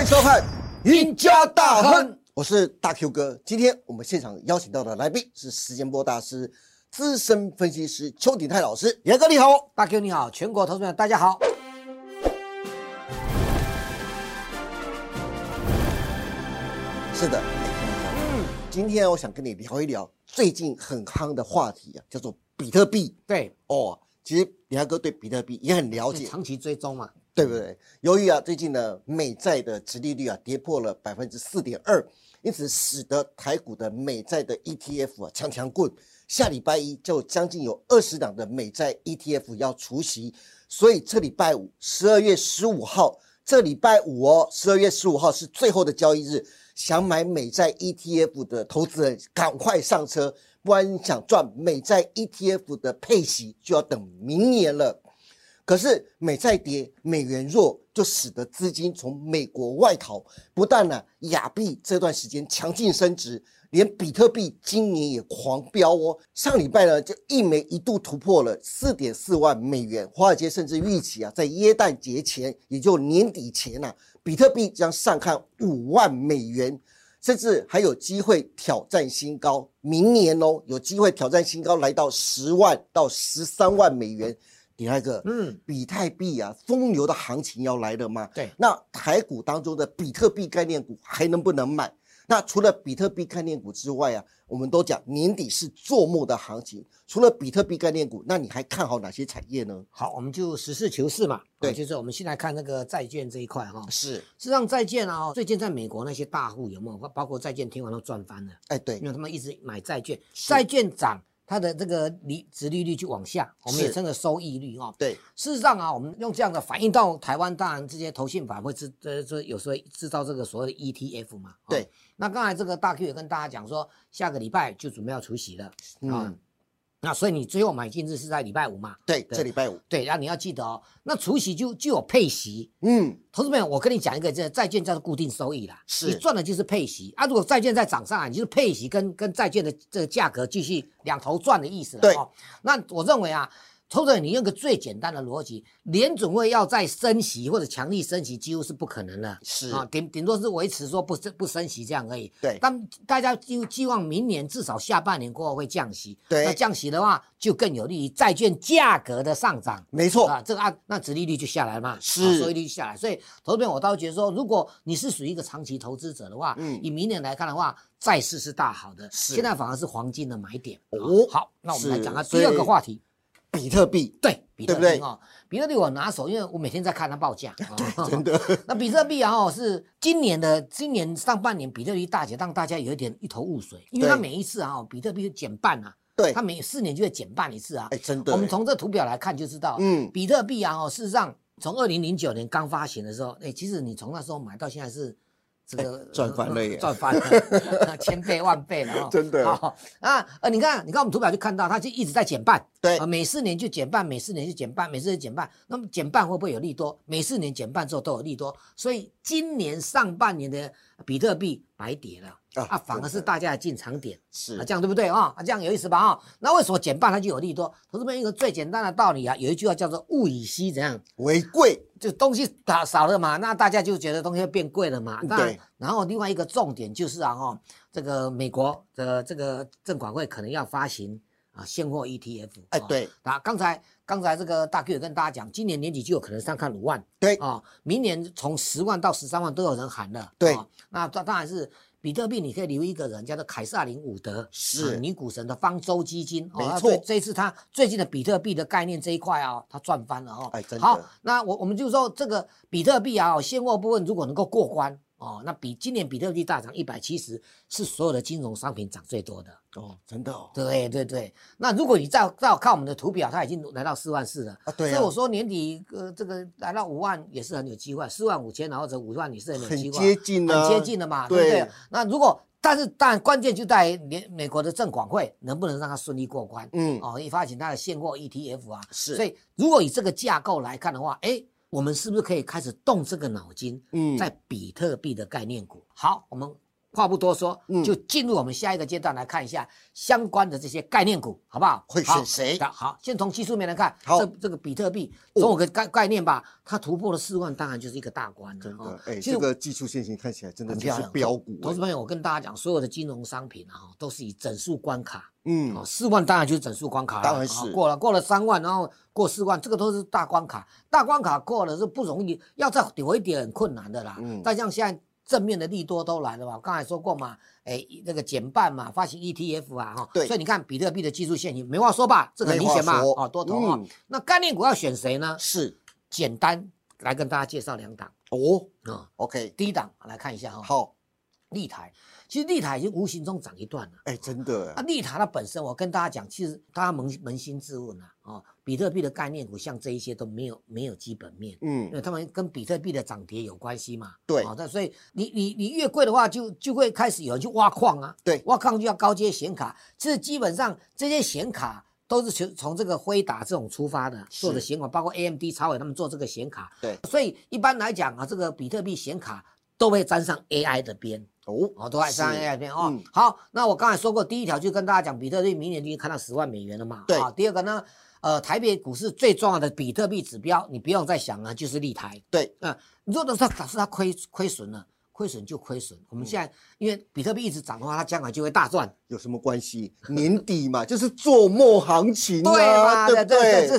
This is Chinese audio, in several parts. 迎收看《赢家大亨》，我是大 Q 哥。今天我们现场邀请到的来宾是时间波大师、资深分析师邱鼎泰老师。严哥你好，大 Q 你好，全国投资者大家好。是的，嗯，今天我想跟你聊一聊最近很夯的话题啊，叫做比特币对，哦。其实严哥对比特币也很了解，长期追踪嘛，对不对？由于啊，最近呢，美债的殖利率啊跌破了百分之四点二，因此使得台股的美债的 ETF 啊强强棍，下礼拜一就将近有二十档的美债 ETF 要除息，所以这礼拜五十二月十五号，这礼拜五哦，十二月十五号是最后的交易日，想买美债 ETF 的投资人赶快上车，不然你想赚美债 ETF 的配息就要等明年了。可是美债跌，美元弱，就使得资金从美国外逃。不但呢、亚币这段时间强劲升值，连比特币今年也狂飙哦。上礼拜呢，就一枚一度突破了四点四万美元。华尔街甚至预期啊，在耶诞节前，也就年底前呐、比特币将上看五万美元。甚至还有机会挑战新高。明年哦，有机会挑战新高，来到十万到十三万美元。第二个，嗯，比特币啊，疯牛的行情要来了嘛？对那台股当中的比特币概念股还能不能买？那除了比特币概念股之外啊，我们都讲年底是做梦的行情。除了比特币概念股，那你还看好哪些产业呢？好，我们就实事求是嘛。对啊就是我们先来看那个债券这一块哈、是，事实上，债券啊、最近在美国那些大户有没有，包括债券天王都赚翻了，哎，对因，为他们一直买债券，是债券涨，它的这个利值利率就往下，我们也是称为收益率哦。对，事实上啊，我们用这样的反映到台湾，当然这些投信法会制呃，这有时候制造这个所谓的 ETF 嘛。哦对。那刚才这个大 Q 也跟大家讲说，下个礼拜就准备要除息了啊、嗯，那所以你最后买进日是在礼拜五嘛？对，对这礼拜五，对，然后你要记得哦，那除息就就有配息。嗯，投资朋友，我跟你讲一个，这债券叫做固定收益啦，是你赚的就是配息啊。如果债券再涨上来，你就是配息跟跟债券的这个价格继续两头赚的意思了。对哦，那我认为啊，投资者你用个最简单的逻辑，联准会要再升息或者强力升息，几乎是不可能了。是，啊，顶顶多是维持说不升不升息这样而已。对但大家就寄望明年至少下半年过后会降息。对那降息的话，就更有利于债券价格的上涨。没错，啊，这个啊，那殖利率就下来了嘛，哦是啊收益率就下来，所以投资朋友我倒觉得说，如果你是属于一个长期投资者的话，嗯以明年来看的话，债市是大好的，是现在反而是黄金的买点。啊哦好，那我们来是讲下所以第二个话题，比特币，对，比特对不对币哦，比特币我拿手，因为我每天在看它 报价。啊真的，那比特币啊、哦，是今年的今年上半年比特币大跌，让大家有一点一头雾水，因为它对每一次啊、哦，比特币减半啊，对它，每四年就会减半一次啊。哎，真的，我们从这图表来看就知道，嗯比特币啊、哦，事实上从二零零九年刚发行的时候，哎，其实你从那时候买到现在是这个哎呃赚翻了耶赚翻了， 千倍万倍了哦， 真的好啊，呃，你看，你看我们图表就看到，它就一直在减半，对啊，每四年就减半，每四年就减半，每四年减半。那么减半会不会有利多？每四年减半之后都有利多，所以今年上半年的比特币白跌了啊啊，反而是真的大家的进场点。是啊，这样对不对啊？啊，这样有意思吧啊？那为什么减半它就有利多？投资朋友一个最简单的道理啊，有一句话叫做“物以稀”，怎样？为贵，就东西少少了嘛，那大家就觉得东西会变贵了嘛。当然嗯对。然后另外一个重点就是啊，哦，这个美国的这个证管会可能要发行啊现货 ETF、哎，哦。对，啊，刚才刚才这个大 Q 也跟大家讲，今年年底就有可能上看五万。对啊、明年从十万到十三万都有人喊了。对哦那当当然是比特币，你可以留一个人，叫做凯撒林伍德，是啊女股神的方舟基金。哦没那错这这一次他最近的比特币的概念这一块啊、他赚翻了哦。哎真的好，那我我们就说这个比特币啊、哦，现货部分如果能够过关。哦，那比今年比特币大涨一百七十，是所有的金融商品涨最多的。哦，真的哦，对对对，那如果你照照看我们的图表，它已经来到四万四了。啊，对所啊以我，说年底呃，这个来到五万也是很有机会，四万五千然后这五万也是很有很机会，接近啊，很接近的嘛，对对不对？那如果但是但关键就在于美美国的证管会能不能让它顺利过关、嗯，哦，一发行它的现货 ETF 啊。是，所以如果以这个架构来看的话，哎，我们是不是可以开始动这个脑筋，嗯，在比特币的概念股？好，我们话不多说，嗯就进入我们下一个阶段来看一下相关的这些概念股，好不好？会好选谁那好，先从技术面来看，好哦这这个比特币总有个概概念吧，它突破了四万，当然就是一个大关了真哦的，哎，其这实个技术线型看起来真的很就漂是亮。标股投资哎，朋友，我跟大家讲，所有的金融商品啊，哈都是以整数关卡。哦，嗯，四万当然就是整数关卡了，当然哦是过了过了三万，然后过四万，这个都是大关卡，大关卡过了是不容易，要再跌回一点很困难的啦。嗯再像现在正面的利多都来了嘛，我刚才说过嘛，哎，那个减半嘛，发行 ETF 啊，哈、对所以你看比特币的技术陷阱，没话说吧，这个很没明话显嘛，说哦，多头啊、嗯那概念股要选谁呢？是简单来跟大家介绍两档哦啊、 ，OK，第一档来看一下哈、哦，好，立台，其实立台已经无形中涨一段了。哎，真的啊，，利塔它本身，我跟大家讲，其实大家扪扪心自问啊，哦，比特币的概念股像这一些都没有没有基本面，嗯，因为他们跟比特币的涨跌有关系嘛。对哦，那所以你你你越贵的话就，就会开始有人去挖矿啊，对挖矿就要高阶显卡，其实基本上这些显卡。都是从从这个辉达这种出发的是做的显卡，包括 AMD、超伟他们做这个显卡，对，所以一般来讲啊，这个比特币显卡都会沾上 AI 的边，哦，哦，都还三是 A 片哦。嗯好，那我刚才说过，第一条就跟大家讲，比特币明年就已经看到十万美元了嘛。对啊，第二个呢，呃，台北股市最重要的比特币指标，你不用再想了，就是立台。对，嗯、你如果是它是它亏亏损了，亏损就亏损。嗯我们现在、因为比特币一直涨的话，它将来就会大赚。有什么关系？年底嘛，就是做梦行情啊，嘛？对不这这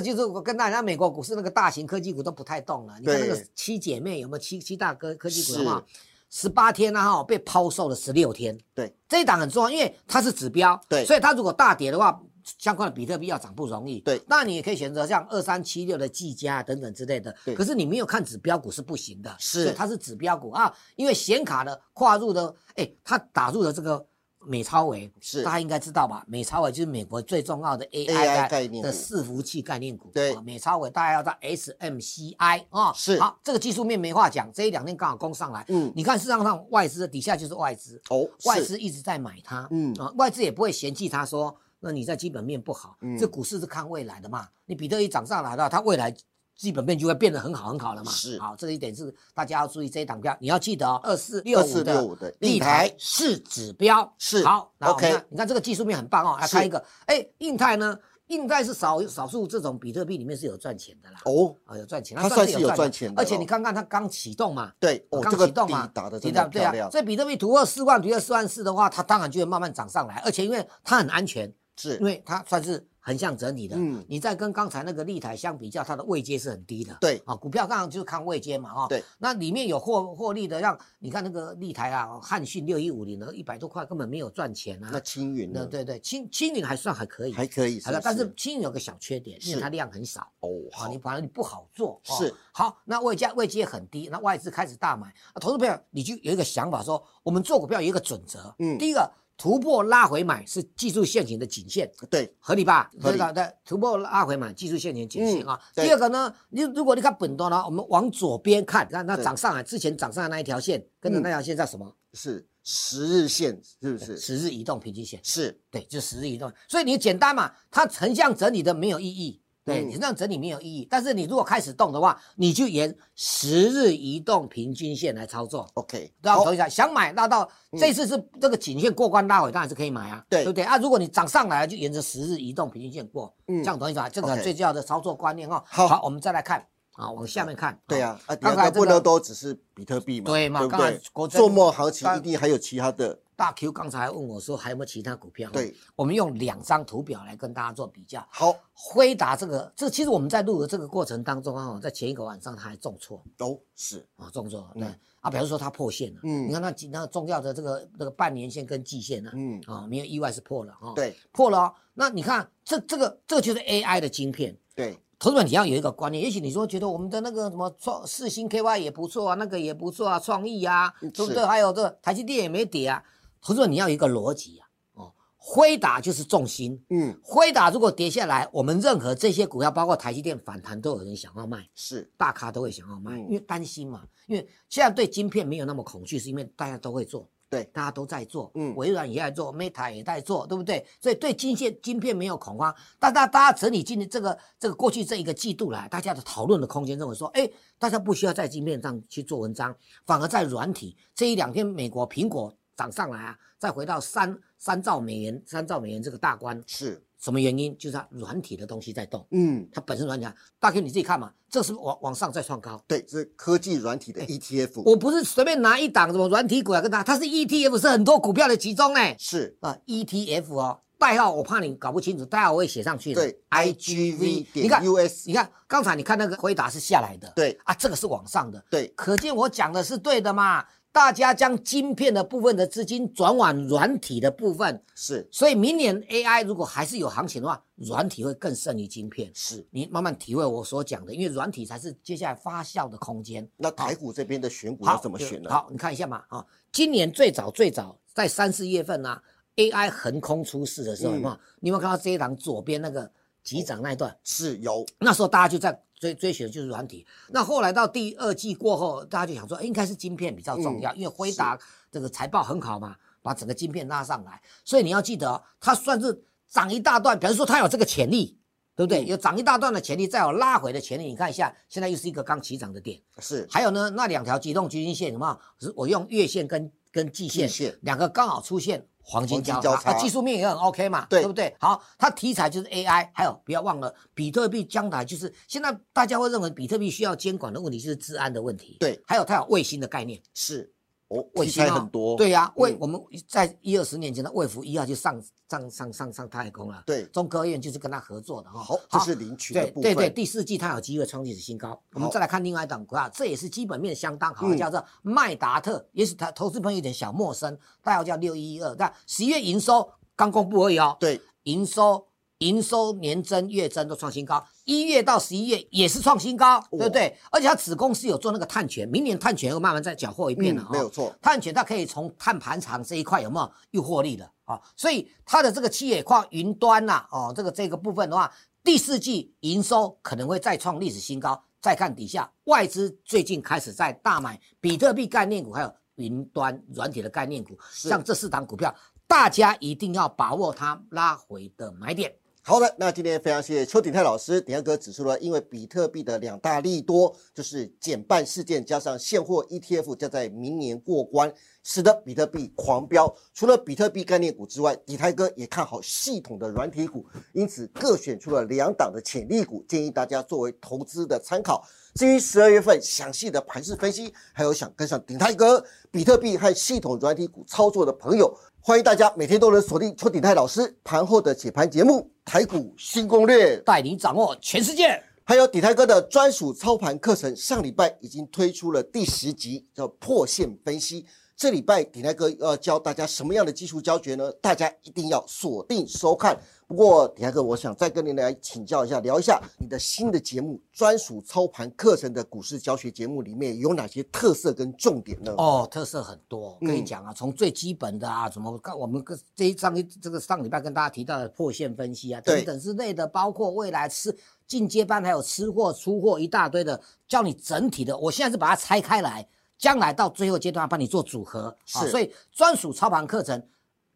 对？就是我跟大家，美国股市那个大型科技股都不太动了。你看那个对七姐妹有没有七七大科科技股是的话，十八天啊、哈，被抛售了十六天。对，这一档很重要，因为它是指标，对所以它如果大跌的话，相关的比特币要涨不容易。对那你也可以选择像二三七六的技嘉等等之类的。对可是你没有看指标股是不行的，是所以它是指标股啊，因为显卡的跨入的，哎，它打入了这个。美超维是大家应该知道吧？美超维就是美国最重要的 AI AI 概念股的伺服器概念股。对啊美超维大家要到 SMCI 啊、是好，这个技术面没话讲，这一两天刚好攻上来。嗯你看市场上外资的底下就是外资，哦，外是资一直在买它，嗯啊，外资也不会嫌弃它说，那你在基本面不好，嗯这股市是看未来的嘛，你比特币涨上来了，它未来。基本面就会变得很好很好了嘛，是好，这一点是大家要注意这一档票，你要记得哦，二四六五2465的的立立台台是指标，是好那我们 OK 看你看这个技术面很棒哦，来是看一个，哎，印泰呢，印泰是少少数这种比特币里面是有赚钱的啦，哦，啊，有赚钱，它算是有的赚钱的而且哦你看看它刚启动嘛，对，哦，刚这个启动底嘛，打的底真打的对漂啊，亮，所以比特币突破四万，突破四万四的话，它当然就会慢慢涨上来，而且因为它很安全，是因为它算是横向整理的。嗯你再跟刚才那个立台相比较，它的位阶是很低的。对啊，股票当然就是看位阶嘛，哈、对，那里面有获获利的，让你看那个立台啊，汉讯六一五零呢，一百多块根本没有赚钱啊。那青云那呢？对对，清清零还算还可以，还可以，好不了，但是清零有个小缺点，因为是它量很少。哦，啊，好你，反正你不好做。哦是好，那位价位阶很低，那外资开始大买。啊、投资朋友，你就有一个想法说，我们做股票有一个准则，嗯第一个突破拉回买是技术陷阱的颈线，对，合理吧？合理对对，突破拉回买技术陷阱颈线啊。嗯对第二个呢，你如果你看本多呢，我们往左边看，看那对涨上来之前涨上来那一条线，跟着嗯那条线叫什么？是十日线，是不是？十日移动平均线。是，对，就十日移动。所以你简单嘛，它横向整理的没有意义。对嗯你这样整理没有意义，但是你如果开始动的话，你就沿十日移动平均线来操作。 OK，哦让好投资者想买拉到嗯这次是这个颈线过关拉回，当然是可以买啊，对对不对啊？如果你涨上来了，就沿着十日移动平均线过，嗯这样懂意思吧？这个 OK 最重要的操作观念哦。好我们再来看啊，往下面看。对啊，啊，啊，刚两才个这不个能都只是比特币嘛，对嘛对不刚才国对？珍做梦行情刚一定还有其他的，大 Q 刚才还问我说还有没有其他股票？哦对，我们用两张图表来跟大家做比较。好，辉达这个，这其实我们在录的这个过程当中啊，在前一个晚上他还重挫都是，啊，重挫。对、嗯啊，比如说它破线了，嗯你看那几那重要的这个这个半年线跟季线呢、啊，嗯，没有意外是破了啊、哦，，对破了、哦。那你看这这个这个就是 AI 的晶片，对，投资者你要有一个观念，也许你说觉得我们的那个什么创四星 KY 也不错啊，那个也不错啊，创意啊，嗯对不是对？还有这个台积电也没跌啊，投资者你要有一个逻辑啊，哦，辉达就是重心，嗯，辉达如果跌下来，我们任何这些股票，包括台积电反弹，都有人想要卖，是，大咖都会想要卖，嗯因为担心嘛。因为现在对晶片没有那么恐惧，是因为大家都会做，对，大家都在做，嗯微软也在做，Meta 也在做，对不对？所以对晶片晶片没有恐慌。但大大家整理今年这个这个过去这一个季度来，大家的讨论的空间认为说，哎，大家不需要在晶片上去做文章，反而在软体这一两天，美国苹果涨上来啊，再回到三三兆美元、三兆美元这个大关，是，什么原因？就是它软体的东西在动，嗯，它本身软体啊，大哥你自己看嘛，这是不是往往上再创高。对，这是科技软体的 E 哎 ETF，我不是随便拿一档什么软体股来跟它，它是 ETF，是很多股票的集中哎、是啊，ETF 哦，代号我怕你搞不清楚，代号我也写上去了。对，IGV，你点看， US，你看，刚才你看那个回答是下来的，对啊，这个是往上的，对，可见我讲的是对的嘛。大家将晶片的部分的资金转往软体的部分，是所以明年 AI 如果还是有行情的话，软体会更胜于晶片。是。你慢慢体会我所讲的，因为软体才是接下来发酵的空间。那台股这边的选股好，要怎么选呢？好，你看一下嘛，啊、今年最早最早在三四月份呢、a 啊 i 横空出世的时候，嗯有没有？你有没有看到这一档左边那个急涨那一段？是有那时候大家就在追追寻就是软体。那后来到第二季过后，大家就想说，诶应该是晶片比较重要，因为辉达这个财报很好嘛，把整个晶片拉上来。所以你要记得哦、它算是涨一大段，表示说它有这个潜力，对不对？嗯有涨一大段的潜力，再有拉回的潜力。你看一下，现在又是一个刚起涨的点。是还有呢，那两条移动均线什么？是我用月线跟跟季线季线两个刚好出现黄金黄金交叉，交叉啊技术面也很 OK 嘛，对不对？好，它题材就是 AI，还有不要忘了，比特币将来就是现在大家会认为比特币需要监管的问题就是治安的问题，对，还有它有卫星的概念，是哦，卫题星材啊很多，对呀、卫、嗯我们在一二十年前的卫福医药就上上上上上太空了，对中科院就是跟他合作的哈、好，这是领取的对部对分，对，第四季它有机会创历史新高。我们再来看另外一档股票，这也是基本面相当好，嗯叫做麦达特，也许它投资朋友有点小陌生，代号叫六一一二。但十一月营收刚公布而已哦，对营收营收年增、月增都创新高，一月到十一月也是创新高，对不对？而且它子公司有做那个碳权，明年碳权又慢慢再缴获一遍了嗯哦。没有错，碳权它可以从碳盘厂这一块有没有又获利了啊？所以它的这个企业跨云端呐、哦，这个这个部分的话，第四季营收可能会再创历史新高。再看底下，外资最近开始在大买比特币概念股，还有云端软体的概念股，是像这四档股票，大家一定要把握它拉回的买点。好的，那今天非常谢谢邱鼎泰老师，鼎泰哥指出了，因为比特币的两大利多就是减半事件加上现货 ETF 将在明年过关，使得比特币狂飙。除了比特币概念股之外，鼎泰哥也看好系统的软体股，因此各选出了两档的潜力股，建议大家作为投资的参考。至于十二月份详细的盘势分析，还有想跟上鼎泰哥比特币和系统软体股操作的朋友，欢迎大家每天都能锁定邱鼎泰老师盘后的解盘节目《台股新攻略》，带你掌握全世界。还有鼎泰哥的专属操盘课程，上礼拜已经推出了第十集，叫破线分析。这礼拜鼎泰哥要教大家什么样的技术教学呢？大家一定要锁定收看。不过鼎泰哥，我想再跟您来请教一下，聊一下你的新的节目专属操盘课程的股市教学节目里面有哪些特色跟重点呢？哦，特色很多，我跟你嗯讲啊，从最基本的啊，什么刚我们跟这一上一这个上礼拜跟大家提到的破线分析啊，对等等之类的，包括未来吃进阶班还有吃货出货一大堆的，叫你整体的，我现在是把它拆开来，将来到最后阶段帮你做组合啊，是所以专属操盘课程，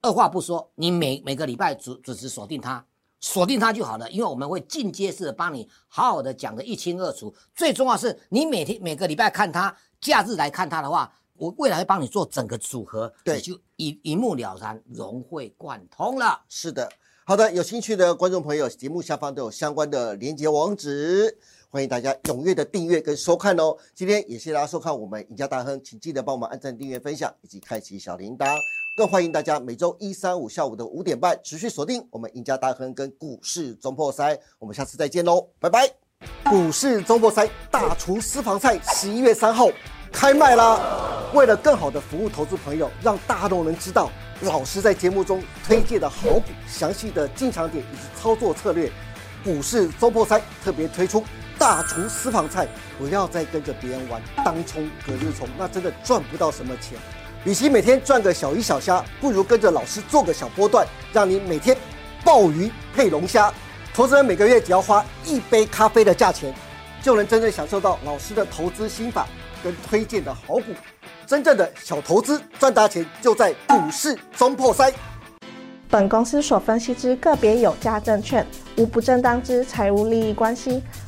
二话不说，你每每个礼拜准准时锁定它。锁定它就好了，因为我们会进阶式的帮你好好的讲得一清二楚。最重要是你每天每个礼拜看它，假日来看它的话，我未来会帮你做整个组合，对你就一一目了然，融会贯通了。是的，好的，有兴趣的观众朋友，节目下方都有相关的连接网址，欢迎大家踊跃的订阅跟收看哦。今天也谢谢大家收看我们赢家大亨，请记得帮我们按赞、订阅、分享以及开启小铃铛，更欢迎大家每周一、三、五下午的五点半持续锁定我们赢家大亨跟股市中破塞，我们下次再见喽，拜拜。股市中破塞大厨私房菜十一月三号开卖啦！为了更好的服务投资朋友，让大众能知道老师在节目中推荐的好股、详细的进场点以及操作策略，股市中破塞特别推出大厨私房菜，不要再跟着别人玩当冲、隔日冲，那真的赚不到什么钱。与其每天赚个小鱼小虾，不如跟着老师做个小波段，让你每天鲍鱼配龙虾。投资人每个月只要花一杯咖啡的价钱，就能真正享受到老师的投资心法跟推荐的好股。真正的小投资赚大钱，就在股市中破塞。本公司所分析之个别有价证券，无不正当之财务利益关系。